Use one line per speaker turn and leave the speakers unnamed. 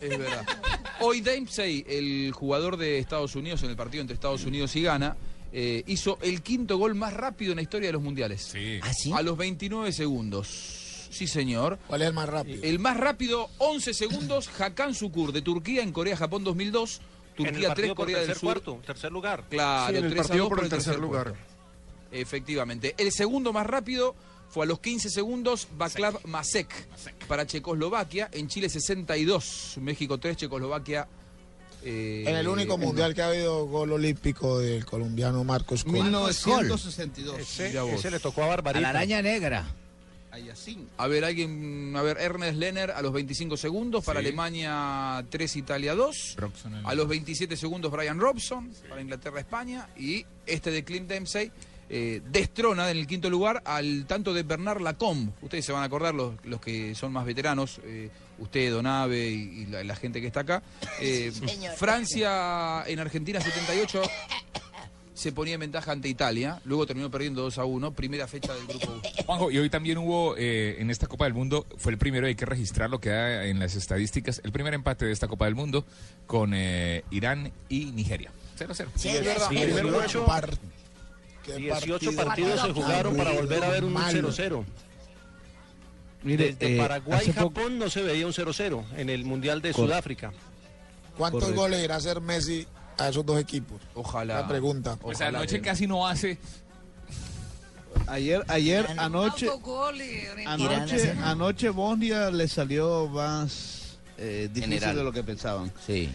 Es verdad. Hoy Dempsey, el jugador de Estados Unidos en el partido entre Estados Unidos y Ghana, eh, hizo el quinto gol más rápido en la historia de los mundiales.
¿Ah, sí?
A los 29 segundos. Sí, señor.
¿Cuál es el más rápido?
El más rápido, 11 segundos, Hakan Sukur de Turquía en Corea-Japón 2002.
En el
Turquía 3,
partido por
Corea del
tercer
Sur.
cuarto, tercer lugar.
Claro,
Sí, en el
3 Ah, a
partido
2
por el tercer lugar.
puesto. Efectivamente. El segundo más rápido fue a los 15 segundos Vaclav Masek, para Checoslovaquia. En Chile 62, México 3, Checoslovaquia. eh,
En el único
uno.
mundial que ha habido gol olímpico del colombiano Marcos Col.
1962.
Ese,
Mira vos.
ese le tocó a
A la
Barbarita.
araña negra.
Ayacín.
A ver, alguien. A ver, Ernest Lenner a los 25 segundos. Para
Sí.
Alemania 3, Italia 2.
Robson en el-
A los 27 segundos Brian Robson para Inglaterra España y este de Clint Dempsey eh, destrona en el quinto lugar al tanto de Bernard Lacombe. Ustedes se van a acordar los, los que son más veteranos, eh, usted, Donave y, y la, la gente que está acá. Eh, Francia en Argentina 78 se ponía en ventaja ante Italia, luego terminó perdiendo 2 a 1, primera fecha del grupo. U.
Juanjo, y hoy también hubo eh, en esta Copa del Mundo, fue el primero, hay que registrar lo que da en las estadísticas, el primer empate de esta Copa del Mundo con eh, Irán y Nigeria. 0-0.
es verdad.
Sí, es verdad.
18 par- qué
18
partido
partidos se
tan
jugaron para volver a ver un
malo.
0-0.
Mire,
Desde
eh,
Paraguay y
hace poco-
Japón no se veía un 0-0 en el Mundial de
Cor-
Sudáfrica.
¿Cuántos
Correcto.
goles irá a hacer Messi a esos dos equipos?
Ojalá.
La pregunta.
Pues
Ojalá,
anoche
bien.
casi no hace.
Ayer, ayer, anoche, anoche,
Irán,
anoche Bosnia le salió más eh, difícil
General.
de lo que pensaban.
Sí.